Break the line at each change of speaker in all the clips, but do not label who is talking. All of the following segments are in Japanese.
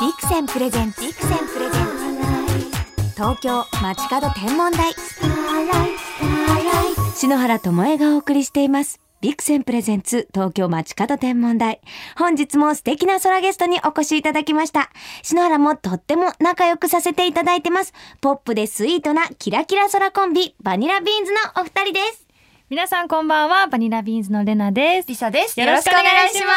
ビクセンプレゼンツ。ビクセンプレゼンツ。東京街角天文台。篠原智恵がお送りしています。ビクセンプレゼンツ東京街角天文台。本日も素敵な空ゲストにお越しいただきました。篠原もとっても仲良くさせていただいてます。ポップでスイートなキラキラ空コンビ、バニラビーンズのお二人です。
皆さんこんばんは、バニラビーンズのレナです。
リサです。
よろしくお願いしま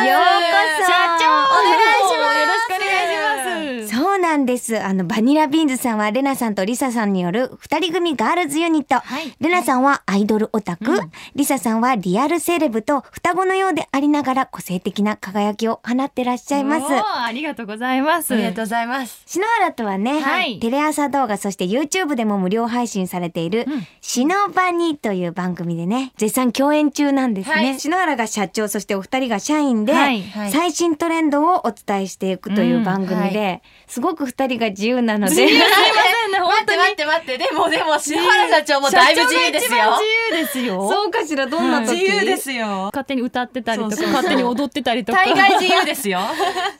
す
ようこそ
社長
お願いします
よろしくお願いします
そうなんです。あの、バニラビーンズさんは、レナさんとリサさんによる二人組ガールズユニット。
はい
レナさんはアイドルオタク、リサさんはリアルセレブと双子のようでありながら個性的な輝きを放ってらっしゃいます
お。ーありがとうございます。
ありがとうございます。
篠原とはね、
はい
テレ朝動画、そして YouTube でも無料配信されている、シノバニという番組でね、絶賛共演中なんですね。
はい
篠原が社長、そしてお二人が社員で、
はい
はい
最新トレンドをお伝えしていくという番組で、
うん
すごく二人が自由なので、
自由 すいませんね、本
待っ
当
て
に。
待って待って、でもでも、篠原社長もだいぶ自由ですよ
社。長が一番自由ですよ。
そうかしら、どんな時、
すよ。
勝手に歌ってたりとか、
そうそうそう
勝手に踊ってたりとか。
大概自由 ですよ。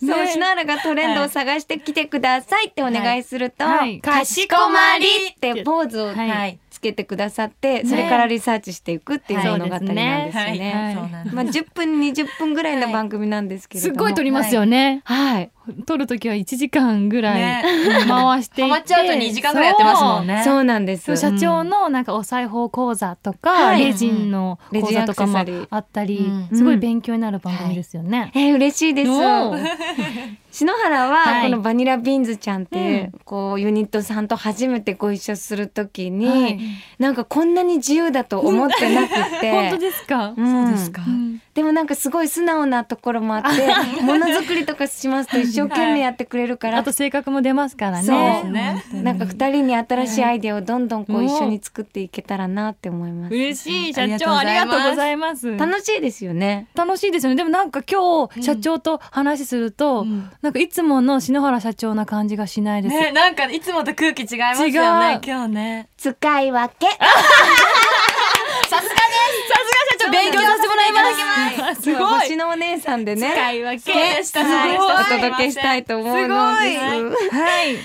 そう、
ね
篠原がトレンドを探してきてくださいってお願いすると、
はいはい
かしこまりってポーズを
はい
はい。
つけてくださって、それからリサーチしていくっていう
はい
物語なんですよね。
はい。
ね
そうなんです。
まあ、10分、20分ぐらいの番組なんですけれ
す
ど
っ
も。
ごい撮りますよね。
はい。
撮るときは1時間ぐらい
ね
回していて。
ハマっちゃうと2時間ぐらいやってますもんね。
そうなんです。
そう。そう社長のなんかお裁縫講座とか、
はい
レジンの
うん
講座とかも
レジンアクセサリー
あったり、
うん
すごい勉強になる番組ですよね。
えー、嬉しいです。
おー
篠原は
はい
このバニラビーンズちゃんっていう、
うん
こうユニットさんと初めてご一緒するときに、
はい
なんかこんなに自由だと思ってなくって
本当ですか。
ん
そうですか。
でもなんかすごい素直なところもあ ってものづくりとかしますと一生懸命やってくれるから、
あと性格も出ますからね。
そう
ですね
本当に
なんか二人に新しいアイデアをどんどんこう一緒に作っていけたらなって思います。
嬉しい社
うん
長あ
あ
り
り
が
が
と
と
う
う
ご
ご
ざ
ざ
います。
楽しいですよね。
楽しいですよね。でもなんか今日社長と話すると、
うん
なんかいつもの篠原社長な感じがしないです。
ね、なんかいつもと空気違いますよ
違う
ね、今日ね。
使い分け。
さすがです。
社長勉強させてもらいます。すごい。
星のお姉さんでね。
い分
そうでした。はい
お届けしたいと思うのですす。はい。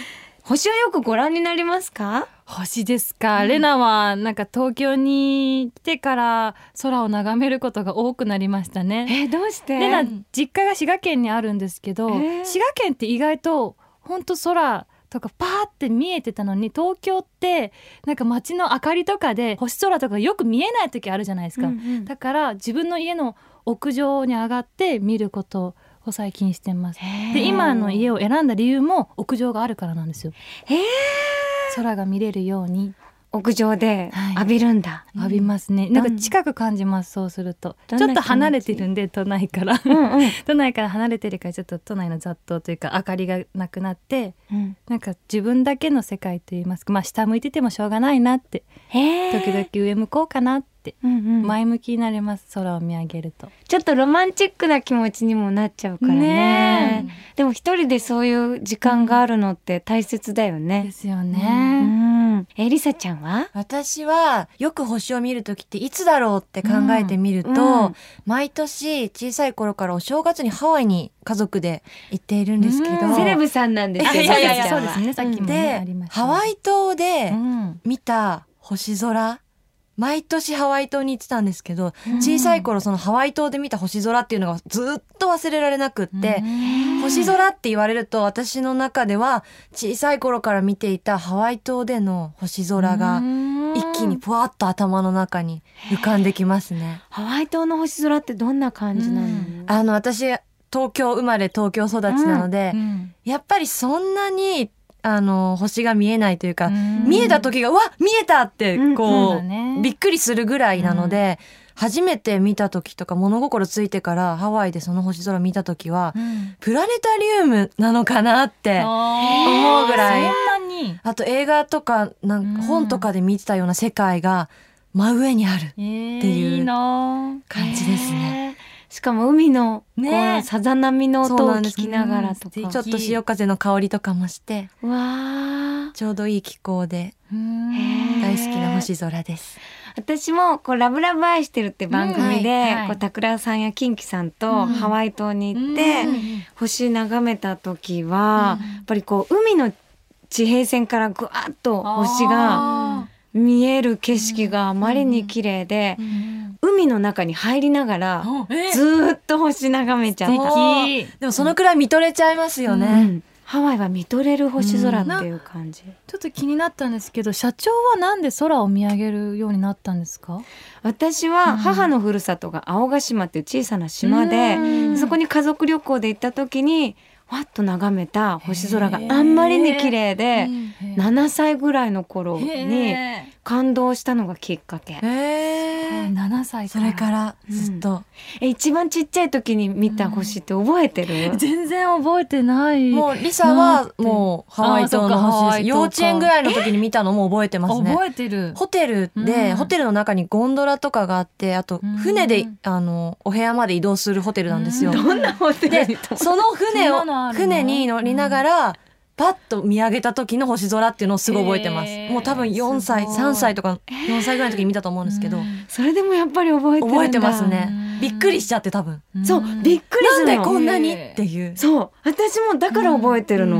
星はよくご覧になりますか？
星ですか、レナはなんか東京に来てから空を眺めることが多くなりましたね。
え、どうして
レ
な
ナ
ん
実家が滋賀県にあるんですけど、
えー
滋賀県って意外と本当空とかパーって見えてたのに東京ってなんか街の明かりとかで星空とかよく見えない時あるじゃないですか、
か。
だから自分の家の屋上に上がって見ることを最近してますで今の家を選んだ理由も屋上があるからなんですよ
へー
空が見れるように
屋上で
はい
浴びるんだ。
浴びますね、なんか近く感じますそうするとちょっと離れてるんで都内から
うんうん
都内から離れてるからちょっと都内の雑踏というか明かりがなくなって
うん。
なんか自分だけの世界といいますかまあ下向いててもしょうがないなって
へえ。
時々上向こうかなって
うんうん。
前向きになれます空を見上げると
ちょっとロマンチックな気持ちにもなっちゃうからね。
ね
でも一人でそういう時間があるのって大切だよ
で
ね。
すよ
う
ね、
ん。え、りさちゃんは？
私はよく星を見るときっていつだろうって考えてみると、
うんうん
毎年小さい頃からお正月にハワイに家族で行っているんですけど、
うん
セレブさんなんですよ。
いやいやいや
りさちゃ
そうんで
は
すねさっきもねあ
で
りました
ハワ
イ
イ島で
うん
見た星空毎年ハワイ島に行ってたんですけど
うん
小さい頃そのハワイ島で見た星空っていうのがずっと忘れられなくって、
うん
星空って言われると私の中では小さい頃から見ていたハワイ島での星空が一気にふわっと頭の中に浮かんできますね。
ハワイ島の星空ってどんな感じなの？
うん
あの私東京生まれ東京育ちなので、
うん
やっぱりそんなにあの星が見えないというか、見え
と
た時がうわ見えたって
うん
こう,、
そうだね
びっくりするぐらいなので、初めて見た時とか物心ついてからハワイでその星空見た時は、プラネタリウムなのかなって
思
うぐらい
そんなに
あと映画とかなん
うん
か本とかで見てたような世界が真上にある
えー
っていう
いな
感じですね。
へー。しかも海のこ
ね
うさざ波の音
そう
を
なん
聞
です
きながらと
うん
ちょ
か。
っと潮風の香りとかもして
わあ。
ちょうどいい気候で
うん
へー
大好きな星空です。
私もこうラブラブ愛してるって番組で、
うん
はいはい
こう桜さんやキンキさんと
うん
ハワイ島に行って、
うん
星眺めた時は、
うん
やっぱりこう海の地平線からぐわっと星が
あ
見える景色があまりに綺麗で
ー、うん
海の中に入りながら
え
ずーっと星眺めちゃっ
素
た。
敵
でもそのくらい見とれちゃいますよ
う
ね。
んハワイは見とれる星空っていう感じ。
ちょっと気になったんですけど社長はなんで空を見上げるようになったんですか
私は母のふるさとが青ヶ島っていう小さな島で、
で
そこ
に
に家族旅行で行った時にわっと眺めた星空があんまりに綺麗で、7歳ぐらいの頃に感動したのがきっかけ。
えー、
7歳
それからずっと、
え一番ちっちゃい時に見た星って覚えてる、
全然覚えてない
もうリサはもうハワイ
あーそ
島の
っかハ
星
ワ
で
イ
す。
島
幼稚園ぐらいの時に見たのも覚えてますね。
覚えてる
ホテルで、
うん
ホテルの中にゴンドラとかがあって、あと船で、
うん
あのお部屋まで移動するホテルなんですよ。
うん
どんなホテルに泊まっ
その船
そんなのあるの
を船に乗りながらパッと見上げた時の星空っていうのをすごい覚えてます。
へー
もう多分4歳
すごい
3歳とか4歳ぐらいの時に見たと思うんですけど、
それでもやっぱり覚えてるんだ
覚えてますね
うん。
びっくりしちゃって多分。
そうびっくり
な
す
ん
る
で
の
こんなに
へ
っ
ー
ていう。
そう私もだから覚えてるの、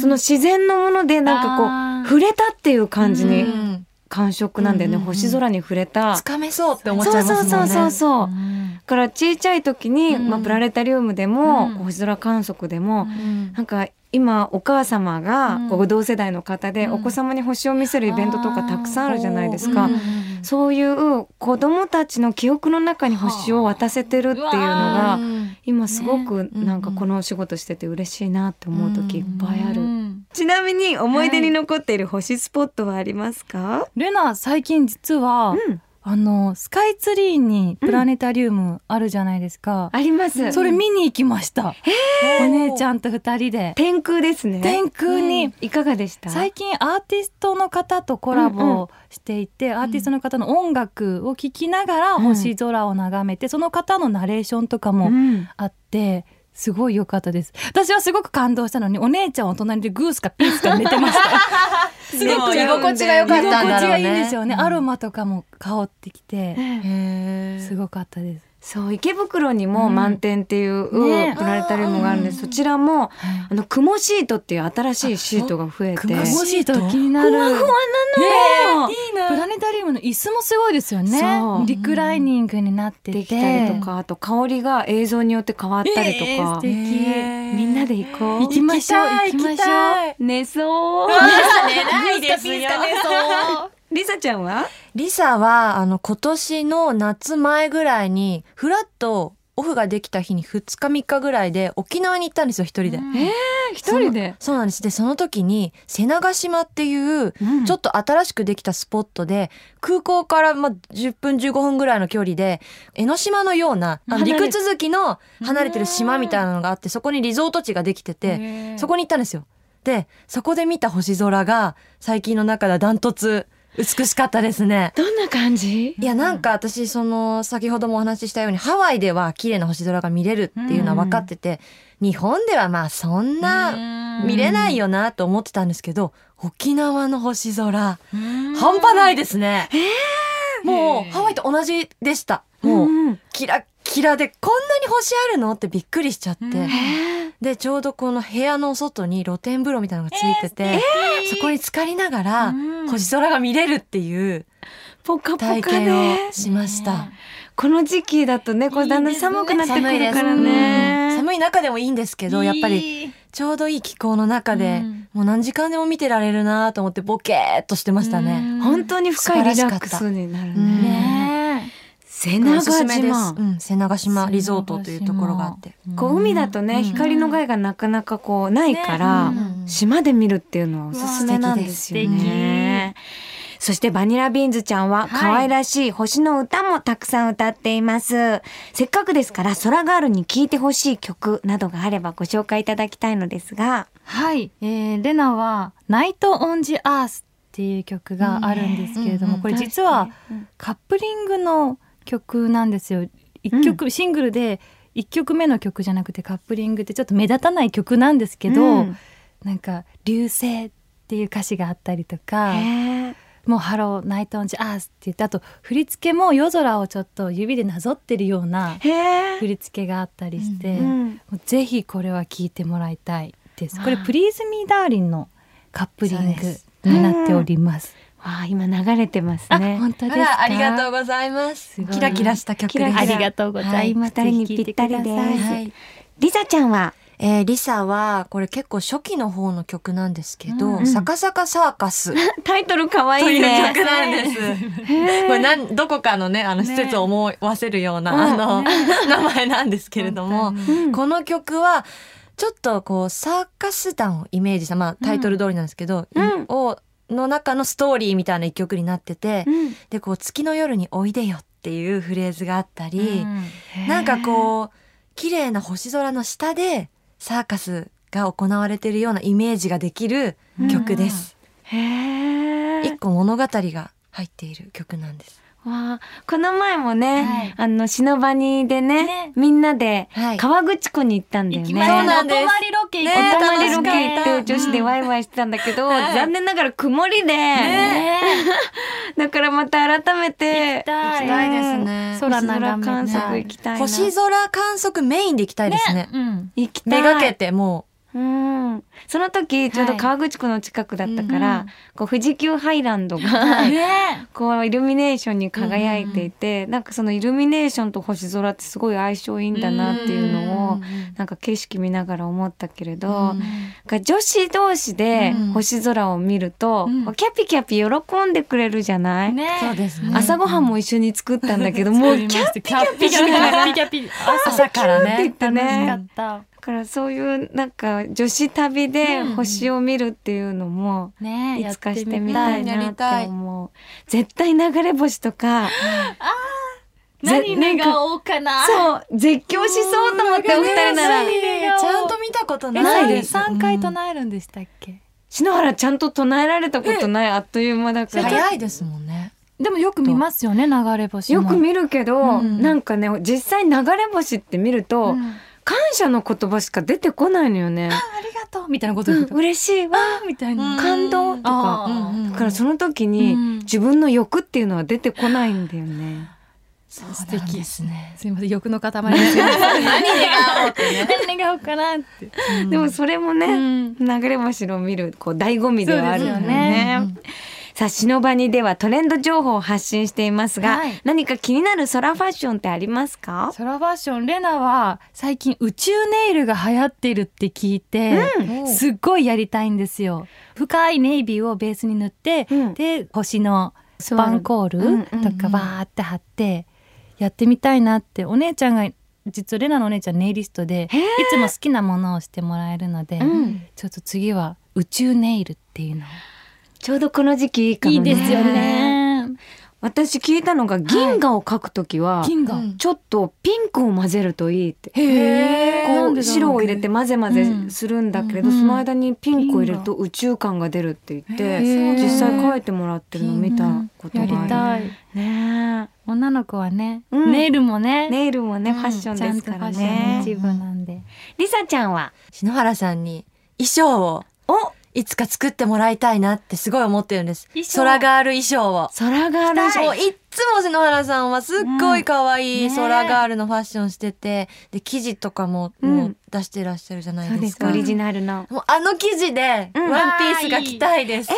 その自然のものでなんかこう触
う
れたっていう感じ
う
に
ん。
感触なんだよね、
うんうんうん
星空に触れた、
つかめそうって思っち
そ
ゃ
う
いま
そ
すも
うん
ね。
そうそうそう、だ
ん
から小さい時に、
うん
まあ、プラネタリウムでも、
うん
こう星空観測でも、
うん
なんか今お母様が、
うん
こう同世代の方で
うん
お子様に星を見せるイベントとかたくさんあるじゃないです
う
か
ん。
そういう子供たちの記憶の中に星を渡せてるっていうの
はあ
が
うん
今すごく
うん
なんかこのお仕事してて嬉しいなって思う時いっぱいあ
う
る。
ん
ちなみに思い出に残っている星スポットはありますか？
レナ最近実は
うん、
あのスカイツリーにプラネタリウムあるじゃないですか、
あります。
それ見に行きました、お姉ちゃんと二人で
天空ですね。
天空に、
うんいかがでした？
最近アーティストの方とコラボをしていて、アーティストの方の音楽を聴きながら
うん
星空を眺めて、その方のナレーションとかも
うん
あって、すごい良かったです私はすごく感動したのにお姉ちゃんは隣でグースかピースか寝てました
すごく居心地が良
居
かったん
心
だろうね。
地がいいんですよね、
うん
アロマとかも香ってきて
へー
すごかったです、
そう池袋にも満点っていう、
うんね
プラネタリウムがあるんで
あー
そちらも
はい
あの雲シートっていう新しいシートが増えて
あそう
楽しいと気になる
ふわふわなの、
いい
プ
な。
ラネタリウムの椅子もすごいですよね
そう
リクライニングになってて
できたりとかあと香りが映像によって変わったりと
えー素
か、
敵
みんなで行こう
行きましょう行きましょう
ょう。
寝そう
寝ないですよ。
リサちゃんは
リサは、あの、今年の夏前ぐらいに、ふらっとオフができた日に2日3日ぐらいで沖縄に行ったんですよ、一人で。
うん
え一人で、
そうなんです。で、その時に、瀬長島っていう、ちょっと新しくできたスポットで、空港からまあ10分15分ぐらいの距離で、江ノ島のような、あの
離れ
陸続きの離れてる島みたいなのがあって、そこにリゾート地ができてて、
へー
そこに行ったんですよ。で、そこで見た星空が、最近の中ではダントツ美しかったですね。
どんな感じ
いやなんか私その先ほどもお話ししたようにハワイでは綺麗な星空が見れるっていうのは分かってて、日本ではまあそんな見れないよなと思ってたんですけど、沖縄の星空半端ないですね、もうハワイと同じでしたもう
うん
キラッキラでこんなに星あるのってびっくりしちゃって、
うん
へー
でちょうどこの部屋の外に露天風呂みたいなのがついてて、そこに浸かりながら
うん
星空が見れるっていう
ポカポカ
体験
ね
をしました。
この時期だとねこうだんだ
いい
ん
ですね
寒くなってくるから
寒い
ね
寒い中でもいいんですけど、やっぱり
り
ちょうどいい気候の中で、
うん
もう何時間でも見てられるなと思ってボケーっとしてましたね。
本当に深いリラックスになる
素晴らしかった
ね。
ね
瀬
お
長
すすめです
島。
う。ん、瀬長島リゾートというところがあって。
こう海だとね、
うん
光の害がなかなかこうないから、
ね
うん
島で見るっていうのはおすすめなんですよ
うわ素敵
ね。そしてバニラビーンズちゃんは可愛らしい星の歌もたくさん歌っています。せっかくですから空ガールに聴いてほしい曲などがあればご紹介いただきたいのですが。
はい、えー、レナは「ナイト・オン・ジ・アース」っていう曲があるんですけれども、
うん
これ実はカップリングの曲なんですよ一曲、シングルで1曲目の曲じゃなくてカップリングでちょっと目立たない曲なんですけど、
うん
なんか「流星」っていう歌詞があったりとか
へー
もうハローナイトオンジアースって言ってあと振り付けも夜空をちょっと指でなぞってるような
へえ
振。り付けがあったりして、
うん
もうぜひこれは聞いてもらいたいです。
わあ
これプリーズミーダーリンのカップリン
そうで
グ
す
になっております。
わあ、今流れてます
あ、
ね。
本当です
あ、
から
ありがとうございます
す。ごい
キラキラした曲
キ
で
ラ
す。
キラ
ありがとうございます。
はい
ぜひ
二人にぴったりです
聞いてください
はい。
リザちゃんは、
えー、リサは、これ結構初期の方の曲なんですけど、
うん
サカサカサーカ ス
タイトル可
と
愛い
いう
ね。
曲なんです。これなん、どこかのね、あの施設を思わせるような、あの、 名前なんですけれども、
本当
う
に
ん
この曲は、ちょっとこう、サーカス団をイメージした、まあタイトル通りなんですけど、
うん
を、の中のストーリーみたいな一曲になってて、で、こう、月の夜においでよっていうフレーズがあったり、なんかこう綺麗な星空の下でサーカスが行われているようなイメージができる曲です。
へえ。
一個物語が入っている曲なんです。
わあ、この前もね、
はい
あの、忍ばにでね
ね
みんなで
はい、
川口湖に行ったんだよ
行
ね。
きまし
そ
た
う
ね
な
お
んです
泊まりロケ行
お
って
ねえ
泊まりロ
楽しか
ケ行
った
って女子でワイワイしてたんだけど、
はい
残念ながら曇りで、だからまた改めて
行き
たいです
うん
ね
空眺め
空
観
観
測
測
行
行
きたいな
星空観測メインで行きたいですね。
うん
行きた
め
い
がけても
うんその時ちょうど川口湖の近くだったから、
うん
こう富士急ハイランドが、
ね
こうイルミネーションに輝いていて、なんかそのイルミネーションと星空ってすごい相性いいんだなっていう
う。
のを、なんか景色見ながら思ったけれど、が女子同士で
うん
星空を見ると、
うん
こうキャピキャピ喜んでくれるじゃない、
ね
そうですね。
朝ごはんも一緒に作ったんだけど、もうキャッ
ピキャッピキャッピキャッピ
朝から
て言っ
ね。
た
楽しか
ね。
った
だからそういうなんか女子旅で
うん
星を見るっていうのも、
ね
いつかしてみ
み
た
た
い
い
や
な
り
ったて
い
思う。絶対流れ星とか、
何願おうかな
そう、絶叫しそうと思ってお二人なら
う、ん
ねちゃんと見たこと
え
ないです。
三回
うん
唱えるんでしたっけ
篠原ちゃんと唱えられたことない、あっという間だから。
早いですもんね。
でもよく見ますよね流れ星
よく見るけど、
うん
なんかね実際流れ星って見ると、感謝の言葉しか出てこないのよね。
ありがとうみたいなこと
う
言
ん
うと
嬉しいわ
みたい
うん
な
感動とか。
あー
だからその時に、
うん
自分の欲っていうのは出てこないんだよね。
素敵ですね。
すみません欲の 塊ですよ
何願おうってね。
何願おうかなって
でもそれもね、
ん
流れ星の見るこう醍醐味ではあるよ
そうですよ
ね。
ね
さあ、シノバニではトレンド情報を発信していますが、
はい
何か気になる空ファッションってありますか？
ソラファッションレナは最近宇宙ネイルが流行ってるって聞いて、すっごいやりたいんですよ深いネイビーをベースに塗って、
うん
で星のスパンコー
うんうん
ル
うん
とかバーって貼ってやってみたいなってお姉ちゃんが実はレナのお姉ちゃんネイリストでい
へー
つも好きなものをしてもらえるので、
うん
ちょっと次は宇宙ネイルっていうの
ちょうどこの時期いいかもね。
いいですよね
私聞いたのが銀河を描くときは、
金が、
うん
ちょっとピンクを混ぜるといいって。
へ
ー
こ
なん
う
でだろう
白を入れて混ぜ混
う
ぜ
ん
するんだけれど、
うん
その間にピンクを入れると宇宙感が出るって言って、
へー
実際描いてもらってるの見たことが
や
あ
り
る。
たい
ね
女の子はね、
うん
ネイルもね
えネイルもね、
うん
ファッションですから
ちゃんとファッションの
ね
一。部なんで、
リサちゃんは、
篠原さんに衣装を
お
いつか作ってもらいたいなってすごい思ってるんです
衣。装
空ガール衣装を。
空がある
もういっつも篠原さんはすっごい可愛
う
い
ん
空ガールのファッションしてて、で、生地とかも
うん
もう出してらっしゃるじゃない
そう
で
ですす、オ
か。
リジナルの。
もうあの生地で
うん
ワンピースが着たいです。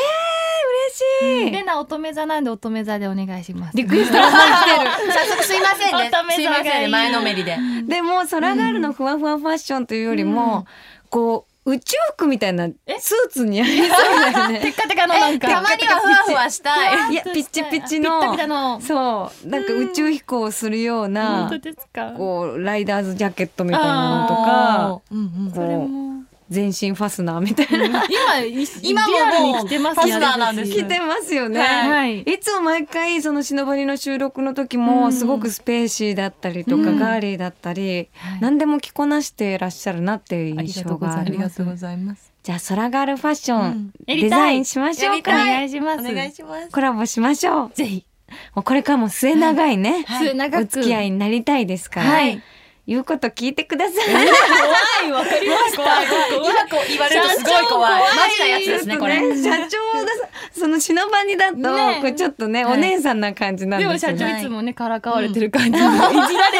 嬉し
レ
い
ナ乙女座なんで乙女座でお願いします。
リクエストが来てる。
早速すいませんね
お。試
す
し
い
がいい
ませんね。前のめりで。
でも空ガールのふわふわファッションというよりも、こう宇宙服みたいなスーツにありそうだよ
テ
ね。
ッカテカのなんか。
たまにはふわふわしたい。
いやピッチピチの
ピッタピタの。
そうなんか宇宙飛行をするよう
本
な、
当ですか。
こうライダーズジャケットみたいなのとか
うんうん
こ
それも。
全身ファスナーみたいなの
今い
今も
リアルに
もう
来てます
ファスナーなんです
よ
着てますよね。
はい
いつも毎回その忍ばりの収録の時もすごくスペーシーだったりとか、
うん
ガーリーだったり、
はい
何でも着こなしてらっしゃるなっていう印象があ
あ
る
りがとうございます
とうございます。
じゃあ、空ガールファッション、
うん
デザインしましょ
や
う
り
お
か。
た
願いしま
お
す。
願いします。
コラボしましょう。
ぜひ。
もうこれからも末長いね、
はい
末永く
お付き合いになりたいですから、
はい
言うこと聞いてください。
怖い、わかりました。今こう言われるとすごい怖い。マジなやつですね、これ。
ちょっとね社長がさそのシノバニだと、
ね
これちょっとね、
はい
お姉さんな感じなん
でも
です
社
よ
長
ね。
いつもねからかわれてる感じ、 いじら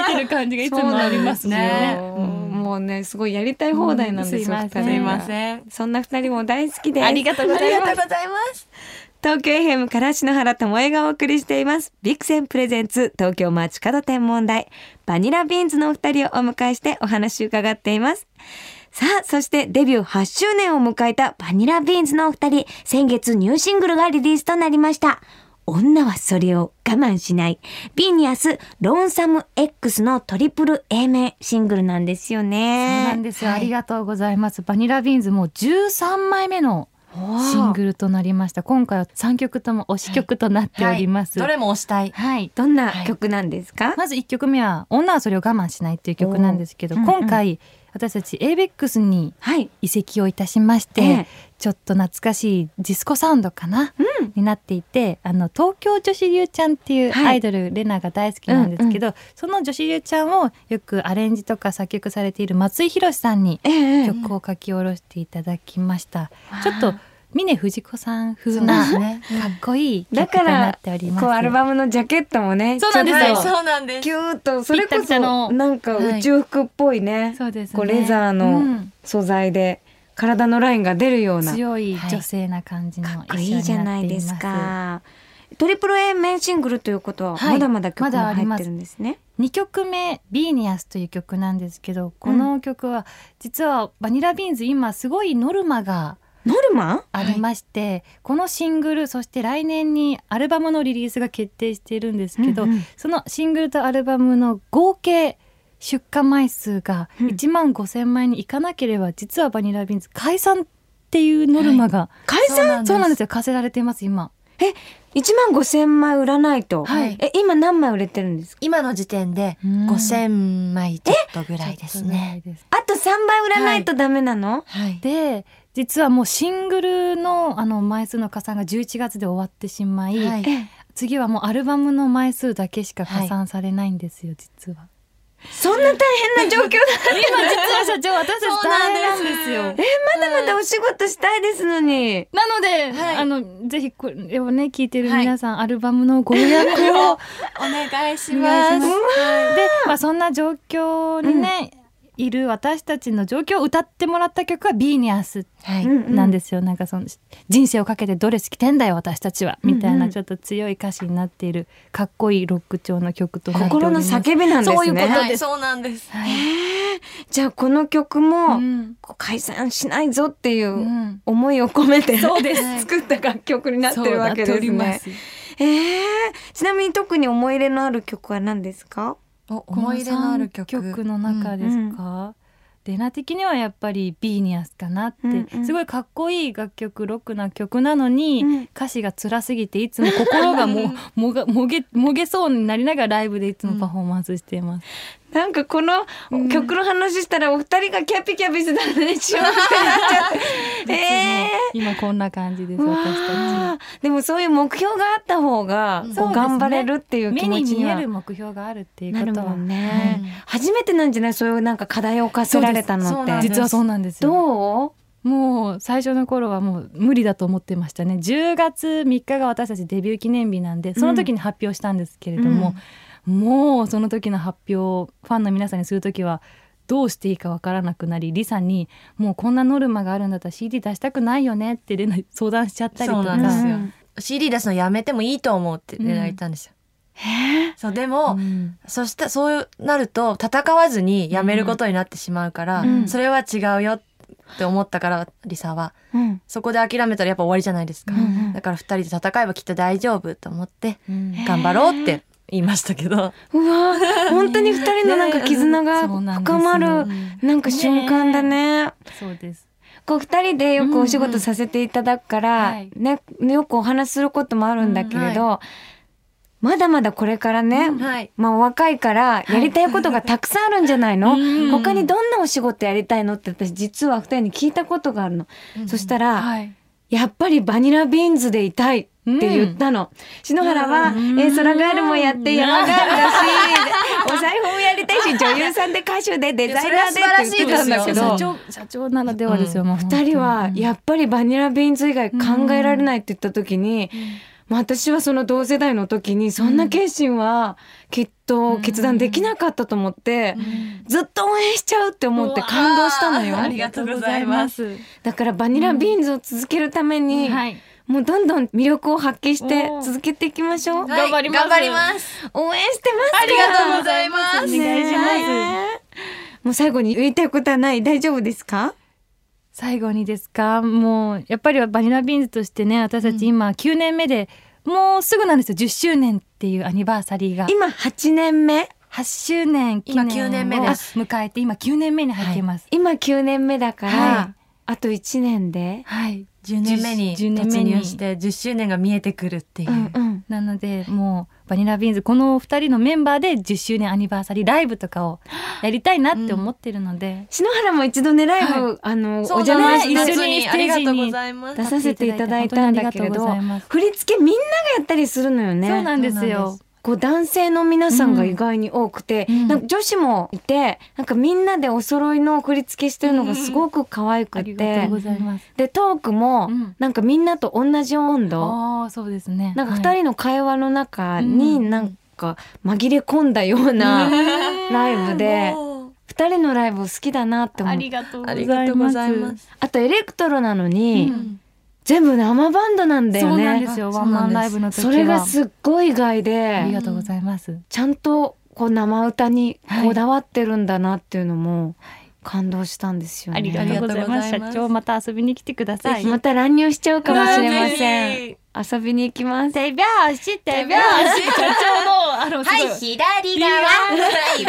れてる感じがいつもありますもんね。
そうなんですよもうね、すごいやりたい放題なんですよ、
うん
二人が
すいま
せん。
そんな二人も大好きです。
ありがとうご
あ
ざ
り
い
が
ま
と
す
う。ございます。
東京 FM から篠原智恵がお送りしています。ビクセンプレゼンツ東京街角天文台。バニラビーンズのお二人をお迎えしてお話伺っています。さあ、そしてデビュー8周年を迎えたバニラビーンズのお二人、先月ニューシングルがリリースとなりました。女はそれを我慢しない。ビーニアス、ロンサム X のトリプル A 面シングルなんですよ
そうなん
ね。
ですよ、
はい
ありがとうございますバニラビーンズもう13枚目のシングルとなりました今回は3曲とも推し曲となっております
ど
はい、
れも押したい。
どんな曲なんですか、
まず1曲目は「女はそれを我慢しない」っていう曲なんですけど、
おーうんうん
今回私たち ABEX に
はい。
移籍をいたしまして、
ええ
ちょっと懐かしいディスコサウンドかな、になっていてあの東京女子流ちゃんっていう
はい
アイドル、レナが大好きなんですけど、その女子流ちゃんをよくアレンジとか作曲されている松井宏さんに
ええ
曲を書き下ろしていただきました、ちょっと峰藤子さん風な
そう
かっ
ね。
こいい
だ
曲
か
とな
ら
っており、ます
こうアルバムのジャケットもね、
そうなんで
ち
すよ
ょっ
はい、
と
そうなんです。
キューッと、それ
ピッ
こ
タピタ
そ、
の
なんか宇宙服っぽいね、
そうですね
こうレザー
う
の
ん
素材で、体のラインが出るような、か
強い女性な感じの
っこ
衣
いいじ
装
ゃ
に
な
っ
い
てい
で
ます
か。トリプル A メインシングルということは、
はい
まだまだ曲
ま
も
だあり
入っ
ま
て
す
るんですね。
2曲目「ビーニアス」という曲なんですけどこの曲は、実はバニラビーンズ今すごいノルマが
ノルマ
ありまして、このシングルそして来年にアルバムのリリースが決定しているんですけど、
うんうん
そのシングルとアルバムの合計出荷枚数が
うん
1万5,000枚にいかなければ、実はバニラビーンズ解散っていうノルマが、
解
そう
散
なんです
そうなんですよ課せられています今。
1万5千枚売らないと。
はい
え、今何枚売れてるんですか
今の時点で
うん
5000枚ちょっとぐらいですね。。
あと3倍売らないとダメなの、
はい。
で実はもうシングルのあの枚数の加算が11月で終わってしまい、
はい
え、
次はもうアルバムの枚数だけしか加算されないんですよ、実は。
そんな大変な状況
今実は社長私たち大変なんですよ。
まだまだお仕事したいですのに。
なので、
はい
あのぜひこれをね聞いてる皆さん、アルバムのご予約を
お願いし
お願いします。で、まあ、そんな状況にね、いる私たちの状況を歌ってもらった曲は「ビーニアス」
はい。
なんですよ、なんかその人生をかけてドレス着てんだよ私たちは、みたい
うんうん
なちょっと強い歌詞になっているかっこいいロック調の曲となっており
心の
ます
叫びなんですね。
そういうこと
は
です
い、そうなんです。
じゃあこの曲も、
うん
こう解散しないぞっていううん思いを込めて、
そうです
作った楽曲になってるわけで
そうな
す
っておりま
ね。
す
えー、ちなみに特に思い入れのある曲は何ですか？
お思い入れのある曲。
この三曲の中ですか、レナ的にはやっぱりビーニアスかなって、
うんうん
すごいかっこいい楽曲ロックな曲なのに、
うん
歌詞が辛すぎていつも心がももがもげもげそうになりながらライブでいつもパフォーマンスしています、
なんかこの曲の話したらお二人がキャピキャピしてたので幸せになっちゃ って。
実は
えー
今こんな感じです
わ
私た
あでもそういう目標があった方が
うん
こ
そう
う
ですね
頑張れるってい
ち
う
目
気持
に
ちに
見え
は
る目標があるっていう
な
こ
る
と
も
は、
んね、初めてなんじゃないそういうなんか課題を課せられたの
そ
っ
うですそうなん
て
です
実はそうなんですよ
どう
もう最初の頃はもう無理だと思ってましたね10月3日が私たちデビュー記念日なんでその時に発表したんですけれども、もうその時の発表をファンの皆さんにする時はどうしていいかわからなくなりリサに「もうこんなノルマがあるんだったら CD 出したくないよね」ってレナに相談しちゃったりと
そ
か
うなんですよ
うん
CD 出すのやめてもいいと思うって狙いたんですよ。そうでも、
うん
そしたそうなると戦わずにやめることになってしまうから、
うん
それは違うよって思ったからリサは
うん
そこで諦めたらやっぱ終わりじゃないですか、
うん
うん
だから二人で戦えばきっと大丈夫と思って
うん
え
頑張ろうって言いましたけ
う
ど、
わー本当に二人のなんか絆が
そうなんです
深まるなんか瞬間だね
そうです
こう二人でよくお仕事させていただくから、
うん
ねよくお話しすることもあるんだけれど、まだまだこれからね、
はい
まあお若いからやりたいことがたくさんあるんじゃないの、
うん
他にどんなお仕事やりたいのって私実は二人に聞いたことがあるの、そしたら、
はい
やっぱりバニラビーンズでいたいっって言ったの。篠原は、えー空ガールもやって山ガールだし、お財布もやりたい し、女優さんで歌手でデザイナーでって言ってたんだけ
社
ど、
長社長ならではですよ、もう、
二人はやっぱりバニラビーンズ以外考えられないって言った時に、まあ私はその同世代の時に、そんな決心はきっと決断できなかったと思って、ずっと応援しちゃうって思って感動したのよ。
ありがとうございます
だからバニラビーンズを続けるために、
はい、
もうどんどん魅力を発揮して
おー
続けていきましょう。
頑張ります
はい頑張ります。
応援してます
ありがとうございま
お
す。
願いします
す。もう最後に言いたいことはない大丈夫ですか
最後にですかもうやっぱりバニラビーンズとしてね私たち今9年目で、もうすぐなんですよ10周年っていうアニバーサリーが
今8年目
8周年記念を
今9年目です
迎えて今9年目に入っています、
今9年目だから、
は
あと1年で、
はい
10年目に
10年目
突
に
入して10周年が見えてくるっていう。
うん
なのでもうバニラビーンズこの2人のメンバーで10周年アニバーサリーライブとかをやりたいなって思ってるので、
篠原も一度ねライブ、あのお
そう
邪
な
魔
ん
し
です
て一
ね一
緒
緒
に
に
ありがとうご
ステ
ざいます
出。させていただいたんだけれど
本当にありがとうございます
振り付けみんながやったりするのよね
そうなんです
そうなん
よ
で
こう男性の皆さんが意外に多くて、
うん
なんか女子もいてなんかみんなでお揃いの振り付けしてるのがすごく可愛
あ
くて、
りがとうございます
でトークも
うん
なんかみんなと同じ温度、
ああそうですね
なんか2
はい
人の会話の中に
うん
なんか紛れ込んだようなライブで
も
2人のライブ好きだなって思
あ
っ
り
て
がとう
う
ご
あ
ざいます
りがとうございます。
あとエレクトロなのに、
うん
全部生バンドなんだ
そ
よ
うなん
ね
ですよ
あそ
ワ
う
ン
な
マ
んで
ン
す
ライブの時は
それがすっごい意外
あり
で
がとうございます
ちゃんとこう生歌に
はい
こだわってるんだなっていうのも感動したんですよね。
ありがとうございます
ありがとうございます
社長また遊びに来てください
また乱入しちゃうかもしれま
はい
せん
ぜ。
遊びに行きます。
手拍子手拍子社長のあのすごい
左側、は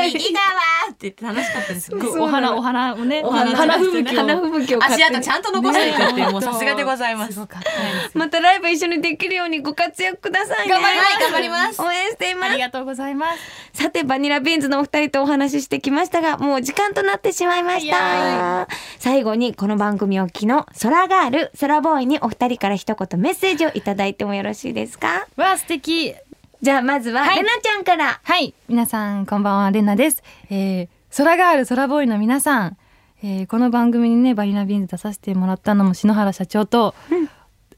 い右側って言って楽しかったです。
こう
そう
お
なの
花お花をね
お花
花吹雪を
花吹雪を買っ
足
て
跡ちゃんと残していくっていう、もうさすがでございますす。
ごかったです
またライブ一緒にできるようにご活躍くださいね。
頑張りますはい頑張ります
応援していま
あ
す
り。がとうございます
さて、バニラビーンズのお二人とお話ししてきましたが、もう時間となってしまいました。最後に、この番組を機の空ガール、空ボーイにお二人から一言メッセージをいただいてもよろしいですか
わあ素敵
じゃあ、まずは、
はい
レナちゃんから。
はい、皆さんこんばんは、レナです。えー、空ガール、空ボーイの皆さん、えーこの番組にね、バニラビーンズ出させてもらったのも篠原社長と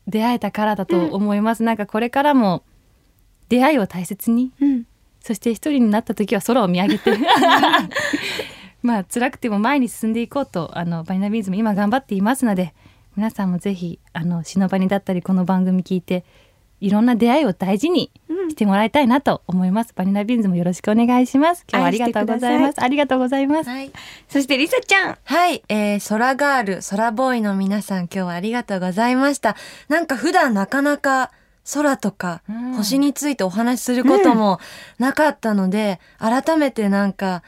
出会えたからだと思います。なんかこれからも出会いを大切に、
うん。
そして一人になった時は空を見上げて、 まあ辛くても前に進んでいこうと、あのバニラビーンズも今頑張っていますので、皆さんもぜひあの篠バニだったりこの番組聞いて、いろんな出会いを大事にしてもらいたいなと思います。バニラビーンズもよろしくお願いします。今日はありがとうござい
愛して
ま
く
す。ありがとうございます。
はい。
そして、リサちゃん。
はい、えー、空ガール、空ボーイの皆さん、今日はありがとうございました。なんか普段なかなか空とか
うん
星についてお話しすることもなかったので、改めてなんか、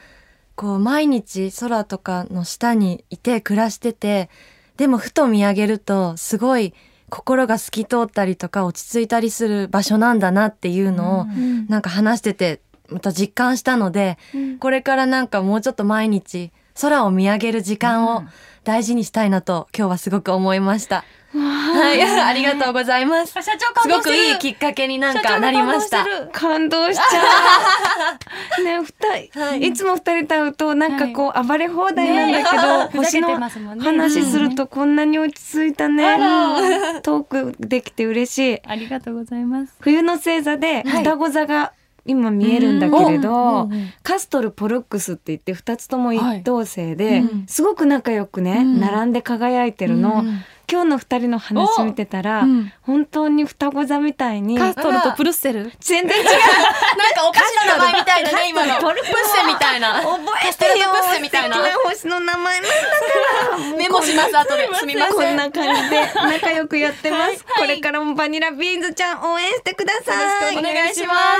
こう毎日空とかの下にいて暮らしてて、でもふと見上げると、すごい心が透き通ったりとか落ち着いたりする場所なんだなっていうのを、なんか話してて、また実感したので、これからなんかもうちょっと毎日空を見上げる時間を大事にしたいなと今日はすごく思いました。はい、 ありがとうございます。
社長
すごくいいきっかけになんかなりました。
感動しちゃ う。ね、二人、
はい
い、つも二人と会うと、なんかこう、暴れ放題なんだけど、
ね
星の
ふざけてますもんね
話するとこんなに落ち着いたね。
あ
トークできて嬉しい。
ありがとうございます。
冬の星座で、双子座が今見えるんだけれど、
うんうん
カストル・ポルックスって言って二つとも一等星で、
はいうん
すごく仲良くね、
ん
並んで輝いてるの、
うん
今日の二人の話見てたら、
おうん
本当に双子座みたいに
カストルとプルッセル。
全 然違う
なんかお菓子の名前みたいだね、今の。
カスト
プ
ル
ッセみたいな。覚
え
ステルトプッセみたいな。
星の名前なんだから。
メモします、後で。すみま
こ
せ
ん
ん。
な感じ で仲良くやってます。これからもバニラビーンズちゃん応援してください。。
よろしくお願いします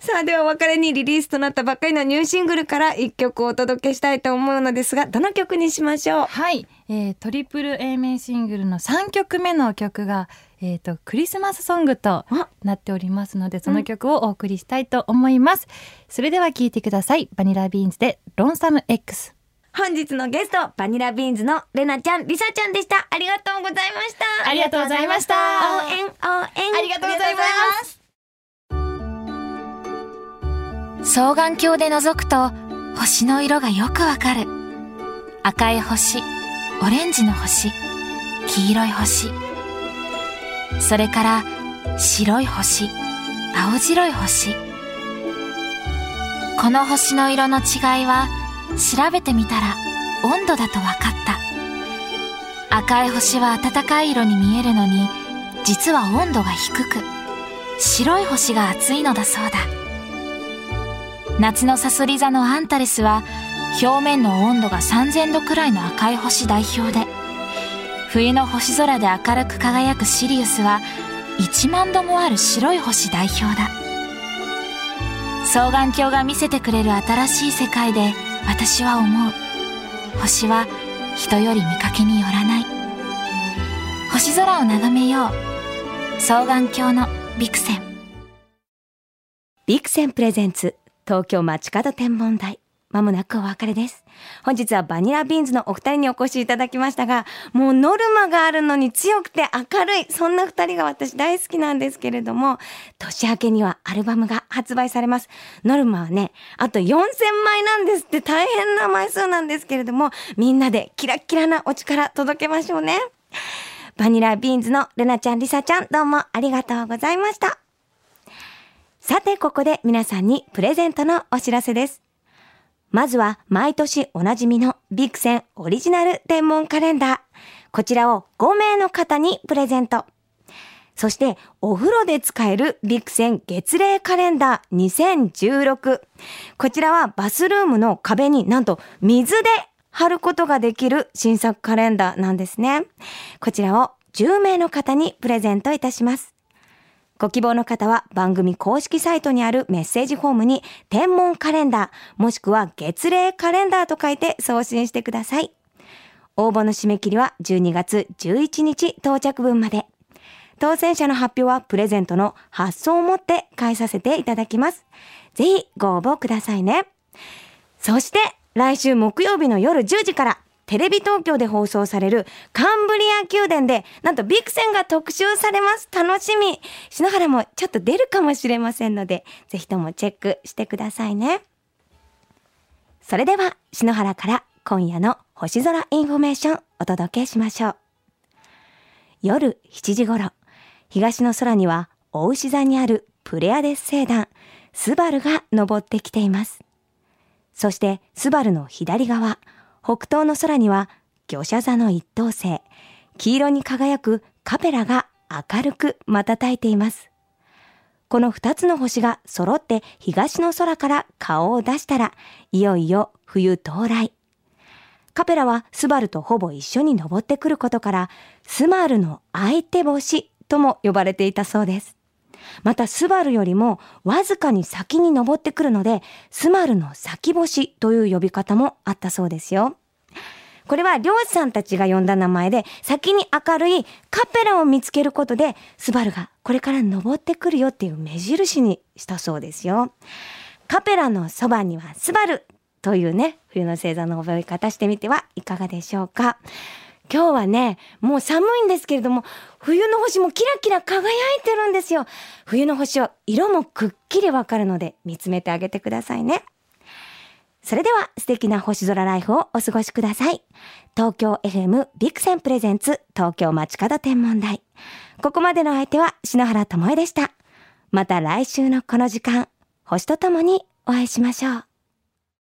さあではお別れにリリースとなったばっかりのニューシングルから一曲お届けしたいと思うのですが、どの曲にしましょう。
はい、えートリプル A 面シングルの3曲目の曲が、えー、とクリスマスソングとなっておりますのでその曲をお送りしたいと思います、それでは聴いてくださいバニラビーンズで「ロンサム X」
本日のゲスト、バニラビーンズのレナちゃん、リサちゃんでした。ありがとうございました。
ありがとうございました
応援、応援。。
ありがとうございます双眼鏡で覗くと星の色がよくわかる赤い星オレンジの星黄色い星それから白い星青白い星この星の色の違いは調べてみたら温度だとわかった赤い星は暖かい色に見えるのに実は温度が低く白い星が熱いのだそうだ夏のサソリ座のアンタレスは表面の温度が3000度くらいの赤い星代表で冬の星空で明るく輝くシリウスは1万度もある白い星代表だ双眼鏡が見せてくれる新しい世界で私は思う星は人より見かけによらない星空を眺めよう双眼鏡のビクセン
ビクセンプレゼンツ、東京街角天文台。まもなくお別れです。本日はバニラビーンズのお二人にお越しいただきましたが、もうノルマがあるのに強くて明るい、そんな二人が私大好きなんですけれども、年明けにはアルバムが発売されます。ノルマはね、あと4000枚なんですって大変な枚数なんですけれども、みんなでキラッキラなお力届けましょうね。バニラビーンズのレナちゃん、リサちゃん、どうもありがとうございました。さて、ここで皆さんにプレゼントのお知らせです。まずは、毎年おなじみのビクセンオリジナル天文カレンダー。こちらを5名の方にプレゼント。そして、お風呂で使えるビクセン月齢カレンダー2016。こちらはバスルームの壁になんと水で貼ることができる新作カレンダーなんですね。こちらを10名の方にプレゼントいたします。ご希望の方は番組公式サイトにあるメッセージフォームに天文カレンダーもしくは月例カレンダーと書いて送信してください。応募の締め切りは12月11日到着分まで。当選者の発表はプレゼントの発送をもって返させていただきます。ぜひご応募くださいね。そして、来週木曜日の夜10時から、テレビ東京で放送されるカンブリア宮殿で、なんとビクセンが特集されます。楽しみ。篠原もちょっと出るかもしれませんので、ぜひともチェックしてくださいね。それでは、篠原から今夜の星空インフォメーションお届けしましょう。夜7時頃、東の空には大牛座にあるプレアデス星団、スバルが登ってきています。そして、スバルの左側、北東の空には、魚車座の一等星、黄色に輝くカペラが明るく瞬いています。この二つの星が揃って東の空から顔を出したら、いよいよ冬到来。カペラはスバルとほぼ一緒に登ってくることから、スマールの相手星とも呼ばれていたそうです。またスバルよりもわずかに先に登ってくるので、スマルの先星という呼び方もあったそうですよ。これは漁師さんたちが呼んだ名前で、先に明るいカペラを見つけることで、スバルがこれから登ってくるよっていう目印にしたそうですよ。カペラのそばにはスバルというね、冬の星座の覚え方してみてはいかがでしょうか。今日はね、もう寒いんですけれども、冬の星もキラキラ輝いてるんですよ。冬の星は色もくっきりわかるので見つめてあげてくださいね。それでは素敵な星空ライフをお過ごしください。東京 FM ビクセンプレゼンツ東京街角天文台。ここまでの相手は篠原ともえでした。また来週のこの時間、星とともにお会いしましょう。